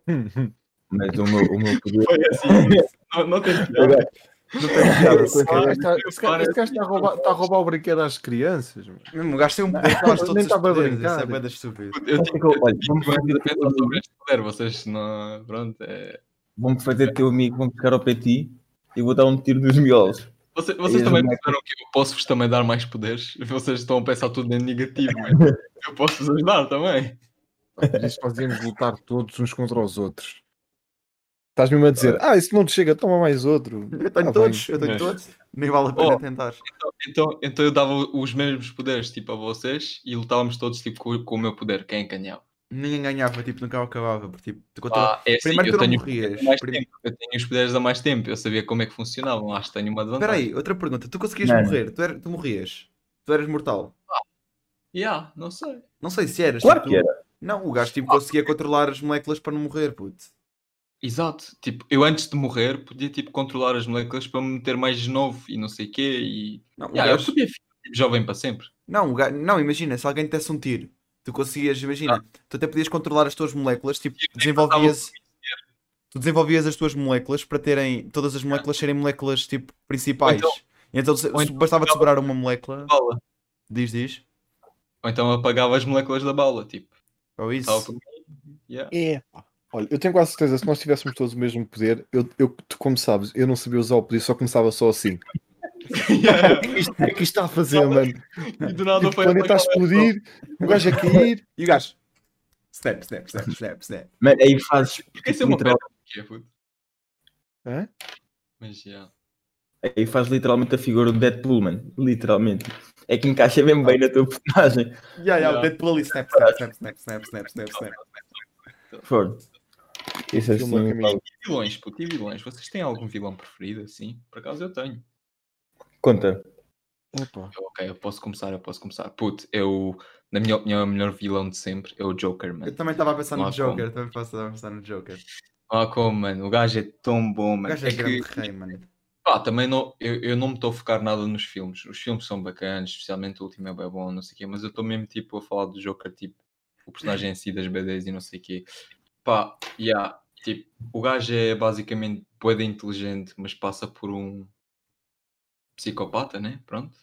Mas o meu, o meu poder. Foi [laughs] assim. não, não tem piada. Não tem piada. [laughs] Esse gajo Esse gajo esse gajo está a roubar- está a roubar o brinquedo às crianças. mano. Mesmo, o gajo tem um poder que faz nem todos os estava a poderes, brincar. isso é bué da estúpido. Eu Sabe o que é que eu- olha, tive muito vamos fazer mais a pensar tudo. sobre este poder, vocês não. Pronto, é. Vão-me fazer teu amigo, vão ficar ao pé de ti e vou dar um tiro nos miolos. Vocês, E vocês as também bonecas? pensaram que eu posso-vos também dar mais poderes? [laughs] Vocês estão a pensar tudo em negativo, [laughs] mas eu posso-vos ajudar também. Eles faziam-nos lutar todos uns contra os outros. Estás mesmo a dizer, ah, isso não te chega, toma mais outro. [laughs] Eu Tá tenho bem. todos, eu tenho Mas- todos. Nem vale a pena Oh. tentar. Então, então eu dava os mesmos poderes tipo, a vocês e lutávamos todos tipo, com, com o meu poder, quem ganhava. Ninguém ganhava, tipo, nunca acabava. porque, Tipo, tu contra- Ah, é assim, Primeiro eu tu não tenho, morrias. mais Prime- tempo, eu tenho os poderes há mais tempo, eu sabia como é que funcionavam, acho que tenho uma Espera vantagem. aí, outra pergunta. Tu conseguias Não, não. morrer? Tu, era- tu morrias? Tu eras mortal? Yeah, não sei. Não sei se eras. Claro tipo, que tu- Não, o gajo tipo, conseguia controlar as moléculas para não morrer, puto. Exato. Tipo, eu antes de morrer podia tipo, controlar as moléculas para me meter mais novo e não sei o quê. E... Não, o Yeah, eu gajo- podia ficar tipo, jovem para sempre. Não, o ga- não, imagina, se alguém te desse um tiro, tu conseguias, imagina, Ah. tu até podias controlar as tuas moléculas, tipo, desenvolvias. Tu desenvolvias as tuas moléculas para terem. Todas as moléculas serem moléculas, tipo, principais. Ou Então, se- ou se então- bastava-te sobrar uma molécula. Bala. Diz, diz. Ou então apagava as moléculas da bala, tipo. Ou Tal isso. como- [laughs] Yeah. [laughs] É. Olha, eu tenho quase certeza, se nós tivéssemos todos o mesmo poder, eu, eu- tu, como sabes, eu não sabia usar o poder, só começava só assim. O que é que isto, o que é que isto está a fazer, mano? E do nada Tipo, o foi planeta a apagado. explodir, o gajo a cair. E o gajo? Snap, snap, snap, snap, snap. Mas aí fazes. tipo, Esse é uma literal- pedra que é, puto. Hã? Mas já. aí faz literalmente a figura do Deadpool, mano. Literalmente. É que encaixa mesmo bem na tua personagem. Yeah, yeah, Yeah. o Deadpool ali, snap, snap, snap, snap, snap, snap, snap, snap. Ford. Isso é assim. Filma a caminho. Vilões, puto, e vilões? Vocês têm algum vilão preferido assim? Por acaso eu tenho. Conta. Epá. Eu, ok, eu posso começar, eu posso começar. Puto, eu, na minha opinião, é o melhor vilão de sempre é o Joker, Eu mano. também estava a pensar no Lá Joker, também estava a pensar no Joker. Ah, como, mano, o gajo é tão bom, O mano. gajo é É grande que, rei, mano. pá, também não, eu, eu não me estou a focar nada nos filmes. Os filmes são bacanas, especialmente o último é bem bom, não sei o quê, mas eu estou mesmo, tipo, a falar do Joker, tipo, o personagem em si das BDs e não sei o quê. Pá, yeah, tipo, o gajo é basicamente poeda inteligente, mas passa por um psicopata, né? Pronto.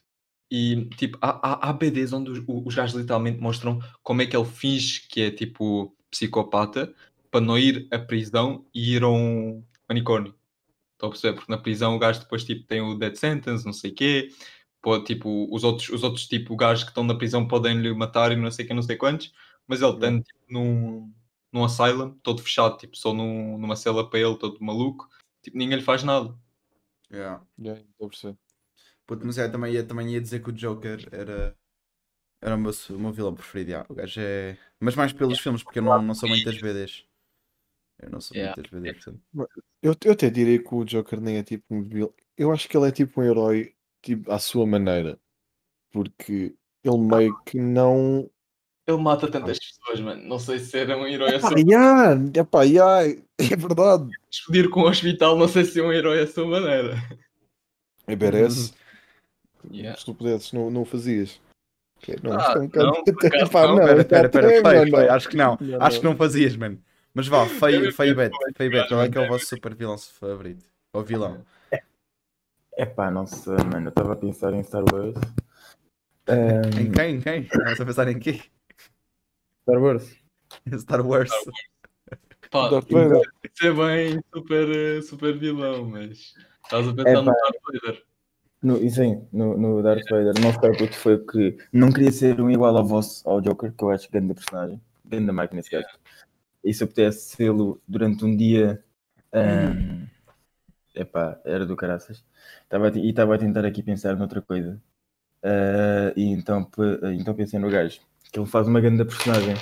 E tipo, há, há, há BDs onde os, os gajos literalmente mostram como é que ele finge que é tipo psicopata para não ir à prisão e ir a um manicômio. Estão a perceber? Porque na prisão o gajo depois tipo, tem o death sentence, não sei o quê. Pode, tipo, os outros, os outros tipo, gajos que estão na prisão podem lhe matar e não sei quem, não sei quantos. Mas ele tem tipo, num, num asylum, todo fechado, tipo, só num- numa cela para ele, todo maluco. Tipo, ninguém lhe faz nada. Yeah. Já, estou a perceber. Puto, mas eu também ia, também ia dizer que o Joker era, era o, meu, o meu vilão preferido. yeah. O gajo é. Mas mais pelos filmes, porque eu não, não sou muito das BDs. Eu não sou Yeah. muito das BDs, portanto. Eu, eu até diria que o Joker nem é tipo um vil- Eu acho que ele é tipo um herói tipo, à sua maneira. Porque ele meio que não. Ele mata tantas pessoas, mano. Não sei se era um herói a Epá, sua yeah, epá, yeah, [laughs] é verdade. explodir com o hospital, não sei se é um herói a sua maneira. É BRS. Yeah. Se tu pudesses, não, não o fazias. Que é, Não, Ah, isto é um bocado- [laughs] não, por acaso Epá, não. não, é Pera, está pera, pera, bem, feio, mano. feio. Acho que tá não. Não, Acho que não. não fazias, mano. Mas vá, feio, feio bet, feio bet. Qual é que é o eu- vosso super vilão favorito? Ou vilão? Epá, não sei, mano. Eu estava a pensar em Star Wars. Ahm, Em quem? Em quem? Estás a pensar em quê? [laughs] Star Wars. Star Wars. Pá, Darth Vader. isso é bem super, eh, super vilão, mas estás a pensar no Epá. Darth Vader. No, e sim, no, no Darth Vader. Não sei porque foi que não queria ser um igual ao vosso, ao Joker, que eu acho grande personagem. Grande máquina esse gajo. E se eu pudesse sê-lo durante um dia. ahm, epá, era do caraças. Tava a te- e estava a tentar aqui pensar noutra coisa. Ah, e então, pe- então pensei no gajo, que ele faz uma grande personagem.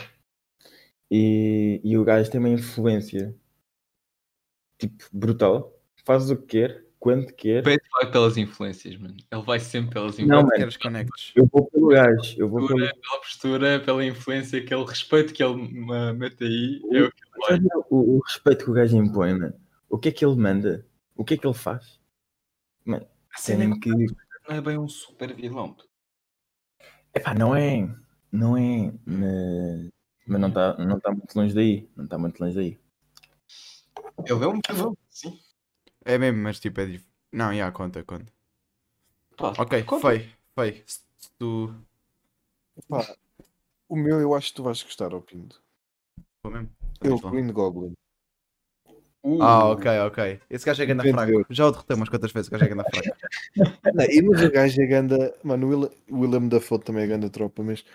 E, e o gajo tem uma influência tipo brutal. Faz o que quer, quando quer. Pet vai pelas influências, mano. Ele vai sempre pelas Não, influências. mano. Queres conectes? Eu vou pelo gajo, eu vou é pelo Pela postura, pela postura, pela influência, aquele respeito que ele me mete aí. É o que ele vai. Sabe o, o respeito que o gajo impõe, mano. O que é que ele manda? O que é que ele faz? Mano, tem que. Não é bem um super vilão. Epá, não é. Não é. Mas, mas não está não tá muito longe daí. Não está muito longe daí. Ele é um vilão, sim. É mesmo, mas tipo, é dif... Não, já, conta, conta. Pá, Ok, conta. feio, feio. Se se tu. Pá, o meu eu acho que tu vais gostar, ó Pinto. Foi mesmo? Então Eu, diz lá. Green Goblin. Uh, Ah, ok, ok. Esse gajo é ganda Entendeu. fraco. Já o derrotei umas quantas vezes, o gajo é ganda fraco. Não, e mas o gajo é ganda. Mano, o Will- o William Dafoe também é ganda tropa, mas.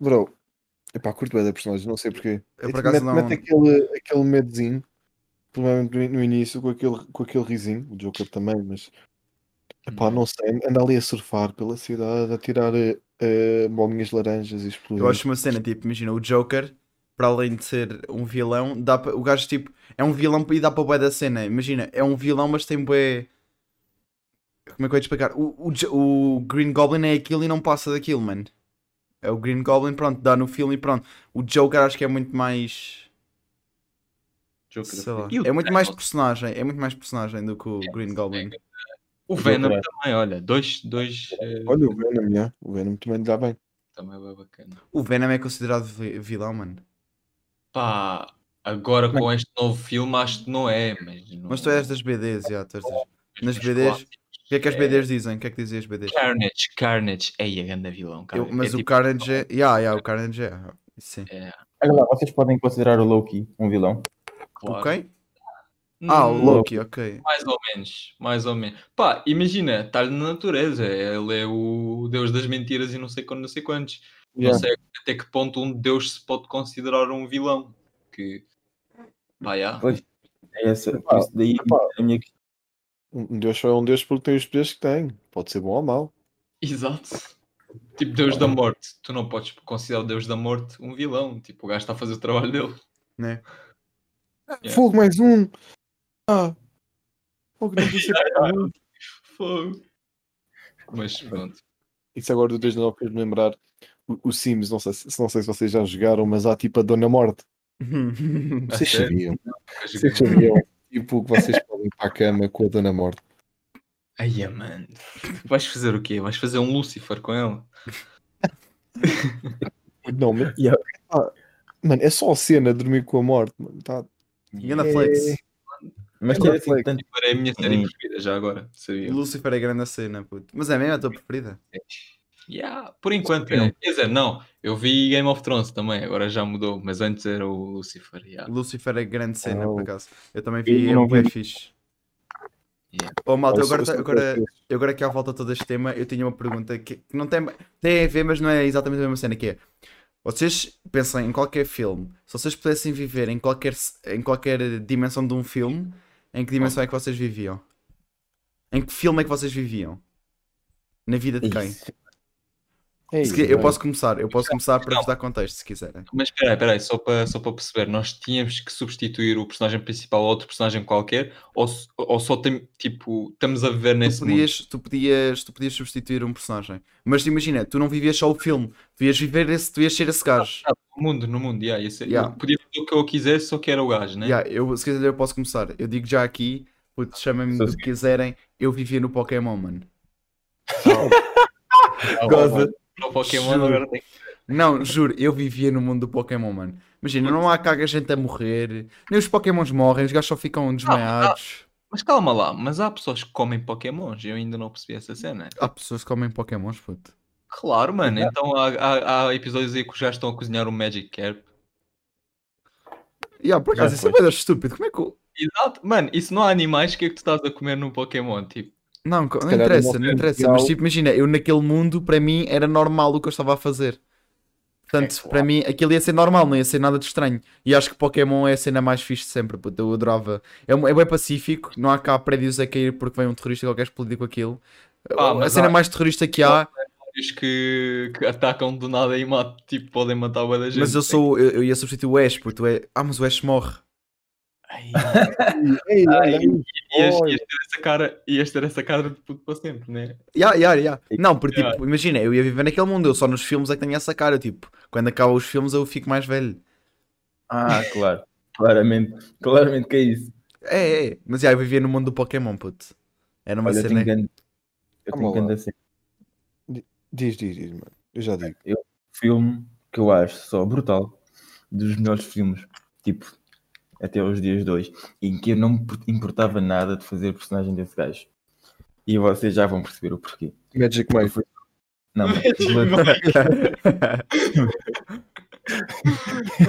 Bro, epá, curto bem da personagem, não sei porquê. Eu, É tipo, por mete, acaso, não- mete aquele, aquele medozinho, provavelmente no in- no início, com aquele, com aquele risinho, o Joker também, mas epá, não sei, anda ali a surfar pela cidade, a tirar eh, eh, bolinhas laranjas e explodir. Eu acho uma cena, tipo, imagina, o Joker, para além de ser um vilão, dá pa- o gajo, tipo, é um vilão e dá para bué da cena. Imagina, é um vilão, mas tem bué... Como é que eu ia te explicar? O, o, Jo- o Green Goblin é aquilo e não passa daquilo, mano. É o Green Goblin, pronto, dá no filme e pronto. O Joker acho que é muito mais... Joker. Sei lá. E o É muito mais Venom? personagem, é muito mais personagem do que o Green Goblin. O Venom é- também, olha. Dois. dois eh, Olha o Venom, já, o Venom também lhe dá bem. Também é bacana. O Venom é considerado vi- vilão, mano. Pá, agora com este novo filme, acho que não é, mas. Não... Mas tu és das BDs, já, tu és das... mas nas nos BDs. clássicos. O que é que as É. BDs dizem? O que é que dizem as BDs? Carnage, Carnage. Ei, a grande vilão, cara. Eu- mas é o tipo- Carnage é. Yeah, yeah, o Carnage é. Sim. Olha lá, vocês podem considerar o Loki um vilão? claro. Ok? Ah, o Hum, Loki, [laughs] ok. Mais ou menos, mais ou menos. Pá, imagina, está-lhe na natureza. Ele é o deus das mentiras e não sei quando, não sei quantos. Yeah. Não sei até que ponto um deus se pode considerar um vilão. Que. Pá, já. É essa, por isso daí é Epá, a minha questão. Um Deus só é um Deus porque tem os poderes que tem. Pode ser bom ou mau. Exato. Tipo, deus da morte. Tu não podes considerar o deus da morte um vilão. Tipo, o gajo está a fazer o trabalho dele. [laughs] Yeah. Fogo mais um! Ah! Oh, Fogo não disse para mim. Fogo. Mas pronto. Isso agora do Deus da Nova fez-me lembrar o, o Sims, não sei, se- não sei se vocês já jogaram, mas há tipo a Dona Morte. Vocês sério? sabiam? Vocês Gajo- sabiam? [laughs] Tipo, que vocês podem ir para a cama com a Dona Morte. Ai, mano. Vais fazer o quê? Vais fazer um Lucifer com ela? Não, mas... Yeah. Ah, mano, é só a cena de dormir com a morte, mano. Tá... Ganda flex. Mas Epá, ter assim Flex. tanto. É a minha série Hum. preferida já agora. Sabia? Lucifer é grande a cena, puto. Mas é mesmo a tua preferida? Yeah, por enquanto, é. quer dizer, não, eu vi Game of Thrones também, agora já mudou, mas antes era o Lucifer. Yeah. Lucifer é grande cena, Oh. por acaso. Eu também vi Eu não é bué vi. fixe. Yeah. Oh, malta, eu agora, Eu sou- eu sou- agora, eu agora que é à volta de todo este tema, eu tinha uma pergunta que, que não tem, tem a ver, mas não é exatamente a mesma cena, que é vocês pensem em qualquer filme, se vocês pudessem viver em qualquer, s- em qualquer dimensão de um filme, em que dimensão é que vocês viviam? Em que filme é que vocês viviam? Na vida de quem? Isso. Ei, Se qui- eu mano. posso começar, eu posso começar para vos dar contexto, se quiserem. Mas espera aí, espera aí, só para só para perceber, nós tínhamos que substituir o personagem principal a outro personagem qualquer, ou, s- ou só tem, tipo, estamos a viver nesse tu podias, tu podias, tu podias substituir um personagem. Mas imagina, tu não vivias só o filme, tu ias viver esse, tu ias ser esse gajo. mundo? No mundo, no mundo, yeah, esse- é, Yeah. eu podia fazer o que eu quisesse, só que era o gajo, né? Yeah, eu, se quiser eu posso começar. Eu digo já aqui, putz, chamem-me Sou do que quiserem, eu vivia no Pokémon, mano. [laughs] Ah, Goza. ah, o Pokémon Juro. agora tem Não, juro, eu vivia no mundo do Pokémon, mano. Imagina, não há caga gente a morrer, nem os Pokémons morrem, os gajos só ficam desmaiados. Mas calma lá, mas há pessoas que comem Pokémons, eu ainda não percebi essa cena. Há pessoas que comem Pokémons, puto. Claro, mano, então há, há- há episódios aí que os gajos estão a cozinhar um Magic Carp. Yeah, por acaso, Já isso é bué de estúpido, como é que. eu- Exato, mano, e se não há animais, o que é que tu estás a comer no Pokémon? Tipo, Não, co- não calhar interessa, uma não interessa. real- Mas tipo, imagina, eu naquele mundo, para mim, era normal o que eu estava a fazer. Portanto, É, para mim, aquilo ia ser normal, não ia ser nada de estranho. E acho que Pokémon é a cena mais fixe de sempre, puto. Eu adorava. É, um- é bem pacífico, não há cá prédios a cair porque vem um terrorista qualquer explodir com aquilo. Pá, a Ah, mas cena há- mais terrorista que há, Diz que, que atacam do nada e matam, tipo, podem matar o da gente. mas eu sou. Eu, eu ia substituir o Ash, puto. É... Ah, mas o Ash morre. Ai, Ei, olha aí. ias, Olha. ias ter essa cara, ias ter essa cara de puto para sempre, né? Yeah, yeah, yeah. Não, porque Yeah. tipo, imagina, eu ia viver naquele mundo, eu só nos filmes é que tenho essa cara. Tipo, quando acabam os filmes eu fico mais velho. Ah, claro. Claramente. Claramente que é isso. É, é, mas yeah, eu vivia no mundo do Pokémon, puto. Era uma Olha, eu cena. tenho grande. Eu tenho Vamos lá. grande assim. Diz, diz, diz, mano. Eu já digo. filme que eu acho só brutal, dos melhores filmes, tipo, até os dias de hoje, em que eu não me importava nada de fazer personagem desse gajo. E vocês já vão perceber o porquê. Magic Mike. Não, mas- [laughs]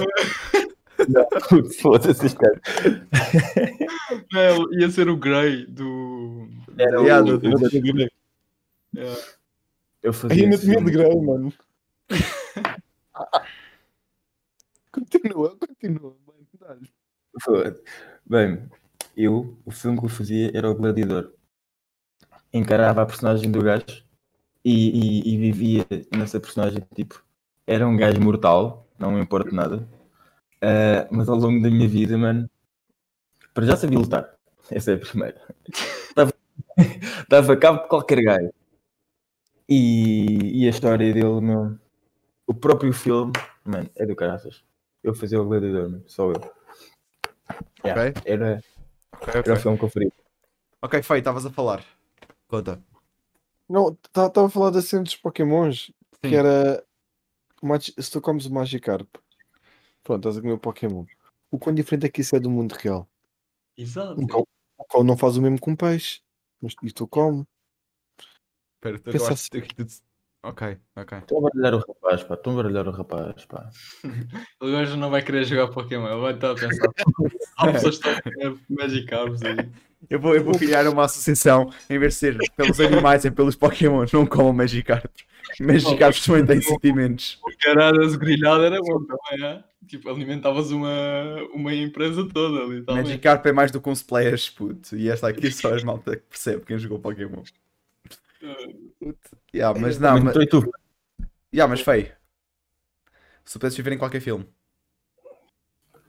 Não, putz, [laughs] foda-se, este gajo. Não, ia ser o Grey do. Era o- Yeah, do- eu- É. Eu fazia Ainda esse tinha de filme. grau, [laughs] mano. continua, continua, mano. Dá-lhe. Foda. Bem, eu, o filme que eu fazia era o Gladiador. Encarava a personagem do gajo e, e- e vivia nessa personagem, tipo, era um gajo mortal, não me importa nada. Ah, mas ao longo da minha vida, mano, para já sabia lutar. Essa é a primeira. Dava- Dava cabo de qualquer gajo. E, e a história dele, meu, o próprio filme, mano, é do caraças. Eu fazia o Gladiador, mano, só eu. Yeah. Ok, Era, ok, era o ok. filme que eu faria. Ok, Fei, estavas a falar. Conta. Não, estava a falar da cena dos Pokémons, Sim. que era. Magi- Se tu comes o Magikarp, pronto, estás a comer o Pokémon. O quão diferente é que isso é do mundo real? Exato. O cão, o cão não faz o mesmo com um peixe, mas e tu come. Espera, tu Pensa acabaste de- de- de- Ok, ok. Estão a baralhar o rapaz, pá. Estão a baralhar o rapaz, pá. Ele agora já não vai querer jogar Pokémon, ele vai estar a pensar. Há pessoas que estão a querer Magic Arms aí. Eu vou, eu vou criar uma associação em vez de ser pelos animais e pelos Pokémon, não como Magikarp. Magikarp também tem sentimentos. Caradas grelhada era bom também, é? Tipo, alimentavas uma, uma empresa toda ali, tá Magikarp é mais do que um splash, puto. E esta aqui só as malta que percebe quem jogou Pokémon. Puto. Yeah, mas não, Mas É. mas, então e tu? yeah, mas feio. Se tu pudesses viver em qualquer filme.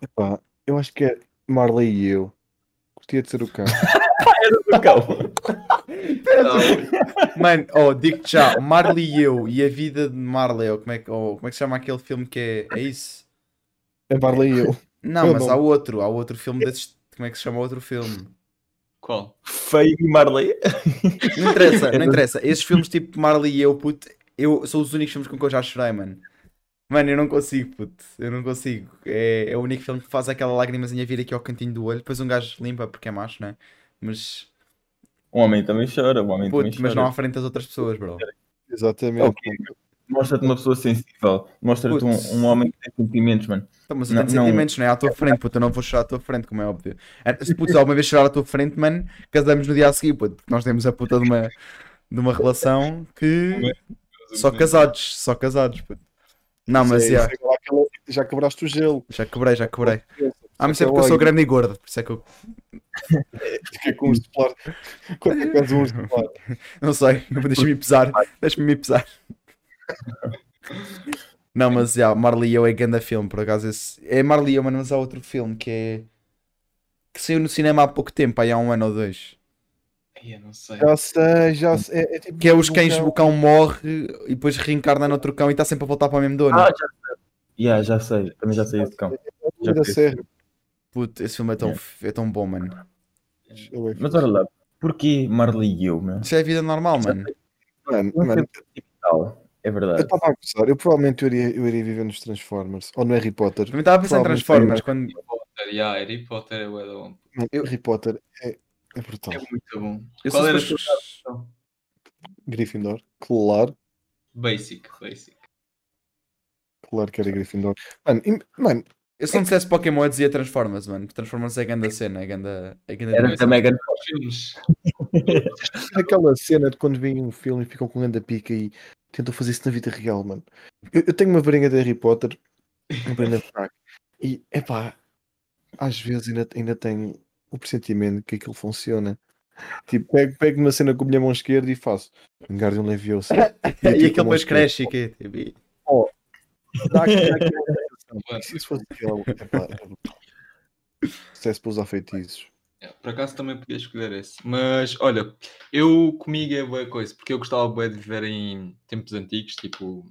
Epá, eu acho que é Marley e eu. Curtia de ser o [laughs] cão. Mano, oh, digo-te já, Marley e eu e a vida de Marley, ou como é que, ou como é que se chama aquele filme que é. É isso? É Marley e eu. Não, Eu mas não. há outro, há outro filme desses. Como é que se chama o outro filme? Qual? Feio e Marley. Não interessa, não interessa. Esses filmes tipo Marley e eu, puto, eu são os únicos filmes com que eu já chorei, mano. Mano, eu não consigo, puto. Eu não consigo. É, é o único filme que faz aquela lagrimazinha vir aqui ao cantinho do olho. Depois um gajo limpa porque é macho, né? Mas, Um homem também chora, um homem puto, também mas chora. não à frente das outras pessoas, bro. Exatamente. Ok. Mostra-te uma pessoa sensível. Mostra-te um, um homem que tem sentimentos, mano. Então, mas eu Não- tenho não- sentimentos, não é? À tua frente, puto. Eu não vou chorar à tua frente, como é óbvio. Eh, Se puto, alguma vez chorar à tua frente, mano, casamos no dia a seguir, puto. porque Nós temos a puta de uma, de uma relação que. Só casados, só casados, puto. Não, mas Isso é- yeah. isso é lá aquela- já quebraste o gelo. Já quebrei, já quebrei. Ah, Há muito Até tempo que eu sou logo. grande e gordo, por isso é que eu Fiquei com um celular. Quando é que és [laughs] um celular? não sei, [laughs] deixa-me pesar, deixa-me me pesar. Não, mas já, Marley e eu é ganda filme, por acaso esse. É Marley e eu, mano, mas há outro filme que é. que saiu no cinema há pouco tempo, aí há um ano ou dois. Ai, eu não sei. Já sei, já sei. É, é tipo Que é os um cães, cão. o cão morre e depois reencarna noutro cão e está sempre a voltar para o mesmo dono. Ah, já sei. Yeah, já sei. Também já sei esse cão. É o Já da sei. Serra. Puto, esse filme é tão, é tão bom, mano. Eu é- Mas olha lá. Porquê Marley e eu, meu? Isso é a vida normal, mano. Mano, mano, Tal. É eu verdade. estava a gozar. Eu provavelmente eu iria, eu iria viver nos Transformers ou no Harry Potter. Também estava a pensar em Provavelmente Transformers, quando. Yeah, Harry Potter é bué da bom. Mano, Harry Potter é, é brutal. É muito bom. Eu Qual sei era então? a se tua fosse- Gryffindor, claro, basic? Basic. claro que era Gryffindor. Mano, im- mano Eu se não dissesse Pokémon eu dizia Transformers, mano. Transformers é grande cena, é grande. É grande Era doença. também grande. Os filmes. aquela cena de quando vêm um filme e ficam com ganda pica e tentam fazer isso na vida real, mano. Eu, eu tenho uma varinha de Harry Potter, uma prenda fraca. E, epá, às vezes ainda, ainda tenho o pressentimento que aquilo funciona. Tipo, pego, pego uma cena com a minha mão esquerda e faço Wingardium Leviosa. [laughs] E, atiro com a aquele mão depois esquerda. cresce e que tipo, Dá aqui- dá aqui uma Então, sensação. E se isso fosse um aquilo, epá, era brutal. Se é para usar feitiços. É, Por acaso também podia escolher esse. Mas olha, eu comigo é boa coisa, porque eu gostava bué de viver em tempos antigos, tipo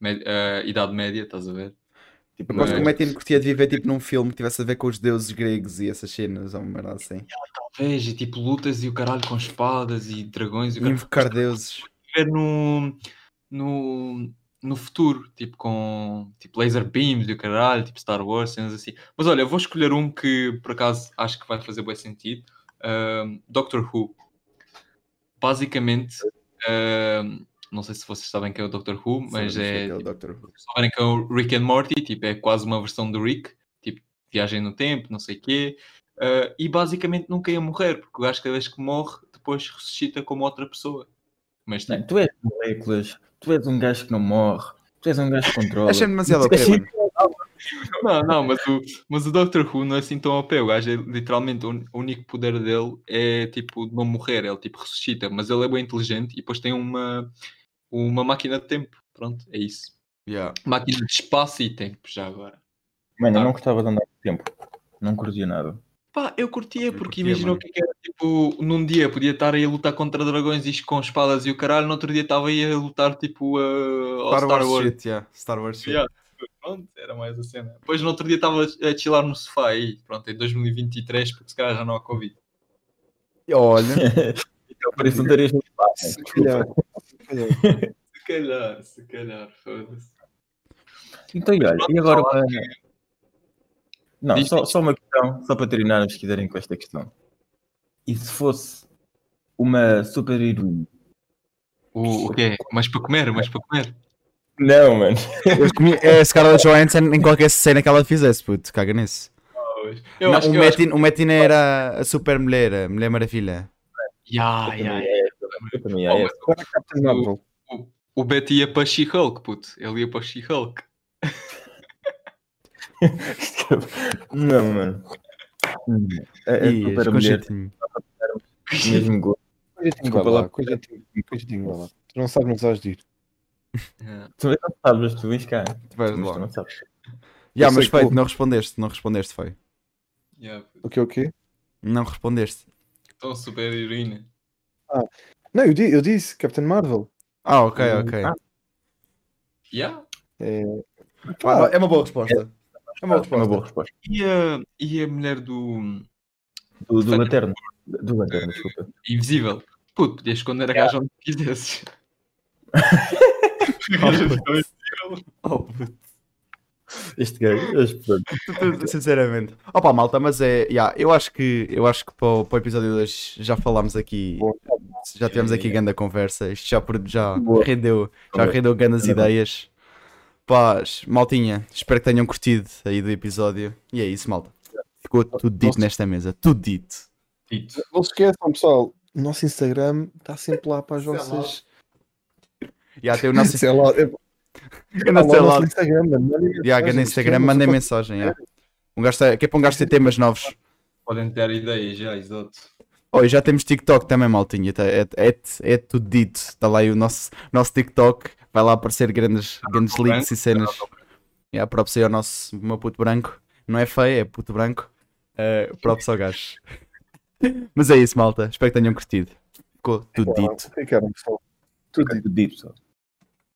mé- ah, Idade Média, estás a ver? tipo, eu gosto Mas- como é que ele curtia de viver tipo, num filme que tivesse a ver com os deuses gregos e essas cenas, ou uma merda assim. Veja, tipo lutas e o caralho com espadas e dragões e o caralho. Invocar deuses. viver no, no, no futuro, tipo com tipo laser beams e o caralho, tipo Star Wars, cenas assim. Mas olha, eu vou escolher um que por acaso acho que vai fazer bem sentido. Ahm, Doctor Who. Basicamente, ahm, não sei se vocês sabem quem é o Doctor Who, mas Sim, é. aquele Tipo, Dr. Who. se souberem que é o Rick and Morty, tipo, é quase uma versão do Rick, tipo, viagem no tempo, não sei o quê. Ah, e basicamente nunca ia morrer, porque o gajo cada vez que morre, depois ressuscita como outra pessoa. Mas tipo, Não, tu és moléculas, tu és um gajo que não morre, tu és um gajo que controla. Achei demasiado Tu ok, és- mano. Não, não, mas o, mas o Doctor Who não é assim tão OP. O gajo é literalmente o un- o único poder dele é tipo não morrer, ele tipo ressuscita, mas ele é bem inteligente e depois tem uma, uma máquina de tempo. Pronto, é isso. Yeah. Máquina de espaço e tempo, já agora. Mano, eu não gostava de andar no tempo. Não curtia nada. Pá, eu curtia Eu porque curtia, imagina o mano. que é que era. Tipo, num dia podia estar aí a lutar contra dragões e com espadas e o caralho, no outro dia estava aí a lutar tipo a ao Star Wars shit, yeah. Star Wars shit. Yeah. Pronto, era mais a cena. Depois no outro dia estava a chilar no sofá aí, pronto, em 2023, porque se calhar já não há Covid. Olha, Então, por isso, não terias muito fácil. Se calhar, se calhar. Se calhar, se calhar, foda-se. Então, e olha, e agora para. Não, Diz, só, diz. só uma questão, só para terminarmos, se quiserem, com esta questão. E se fosse uma super heroína? O, o quê? Mas para comer, mas para comer. Não, mano. eu comia é a Scarlett Johansson em qualquer cena que ela fizesse, puto, caga nisso. Eu Não, um acho o, que eu acho Metin, o Metin era a super mulher, a Mulher Maravilha. que- Ya, ya, é ya. Eu também Oh, é. mas Agora a Captain Marvel. O Beto ia para She-Hulk, puto. Ele ia para She-Hulk. é [laughs] Não, mano. Hum, A, a Ih, super com mulher jeitinho. tem o mesmo gosto. Coisinho, Desculpa vá lá, lá. coisinho, coisinho, vá lá. Tu não sabes, não sabes de ir. [laughs] Ya. Tu não sabes, mas tu vens cá. Tu vais Mas tu logo. não sabes. Ya, Eu sei mas que feito, vou. não respondeste, não respondeste, foi. Ya, puto. O que o quê? Não respondeste. Tão super heroína. Não, eu, di- eu disse Captain Marvel. Ah, ok, ok. Ah, Ya. É, Pá, pá, é uma boa resposta. É uma boa Uma resposta. boa resposta. E a, e a mulher do Do, do Lanterna. Do Lanterna, desculpa. Invisível? Puto, podia esconder a gaja onde quisesses. [laughs] Oh, puto, Este gajo. este- pronto. tu- tu- sinceramente. Opa, malta, mas é. ya, eu acho que, eu acho que para, o, para o episódio 2 já falámos aqui. Boa. Já tivemos aqui grande conversa. Isto já, por- já Boa. rendeu, já Boa. rendeu grandes Boa. ideias. Pá, maltinha, espero que tenham curtido aí do episódio. E é isso, malta. Ficou tudo dito Nossa. nesta mesa. Tudo dito. Tito. não se esqueçam, pessoal. O nosso Instagram está sempre lá para as Sei lá. vossas. E até o nosso Sei [laughs] lá, é- Instagram. Não, Sei lá. no Instagram, mano. Mandem Diaga mensagem, no Instagram, gostamos, mandem só- mensagem. é. Um gajo tá- que é para um gajo ter temas novos. Podem ter ideias, já, exato. Oh, e já temos TikTok também, maltinha. tá- É, é, é tudo dito. Está lá aí o nosso, nosso TikTok. Vai lá aparecer grandes, grandes links e cenas. É, props aí ao nosso meu puto branco. Não é feio, é puto branco. Uh, props ao gajo. Mas é isso, malta. Espero que tenham curtido. Ficou tudo dito. Ficaram, pessoal. Tudo dito. Tudo dito, pessoal.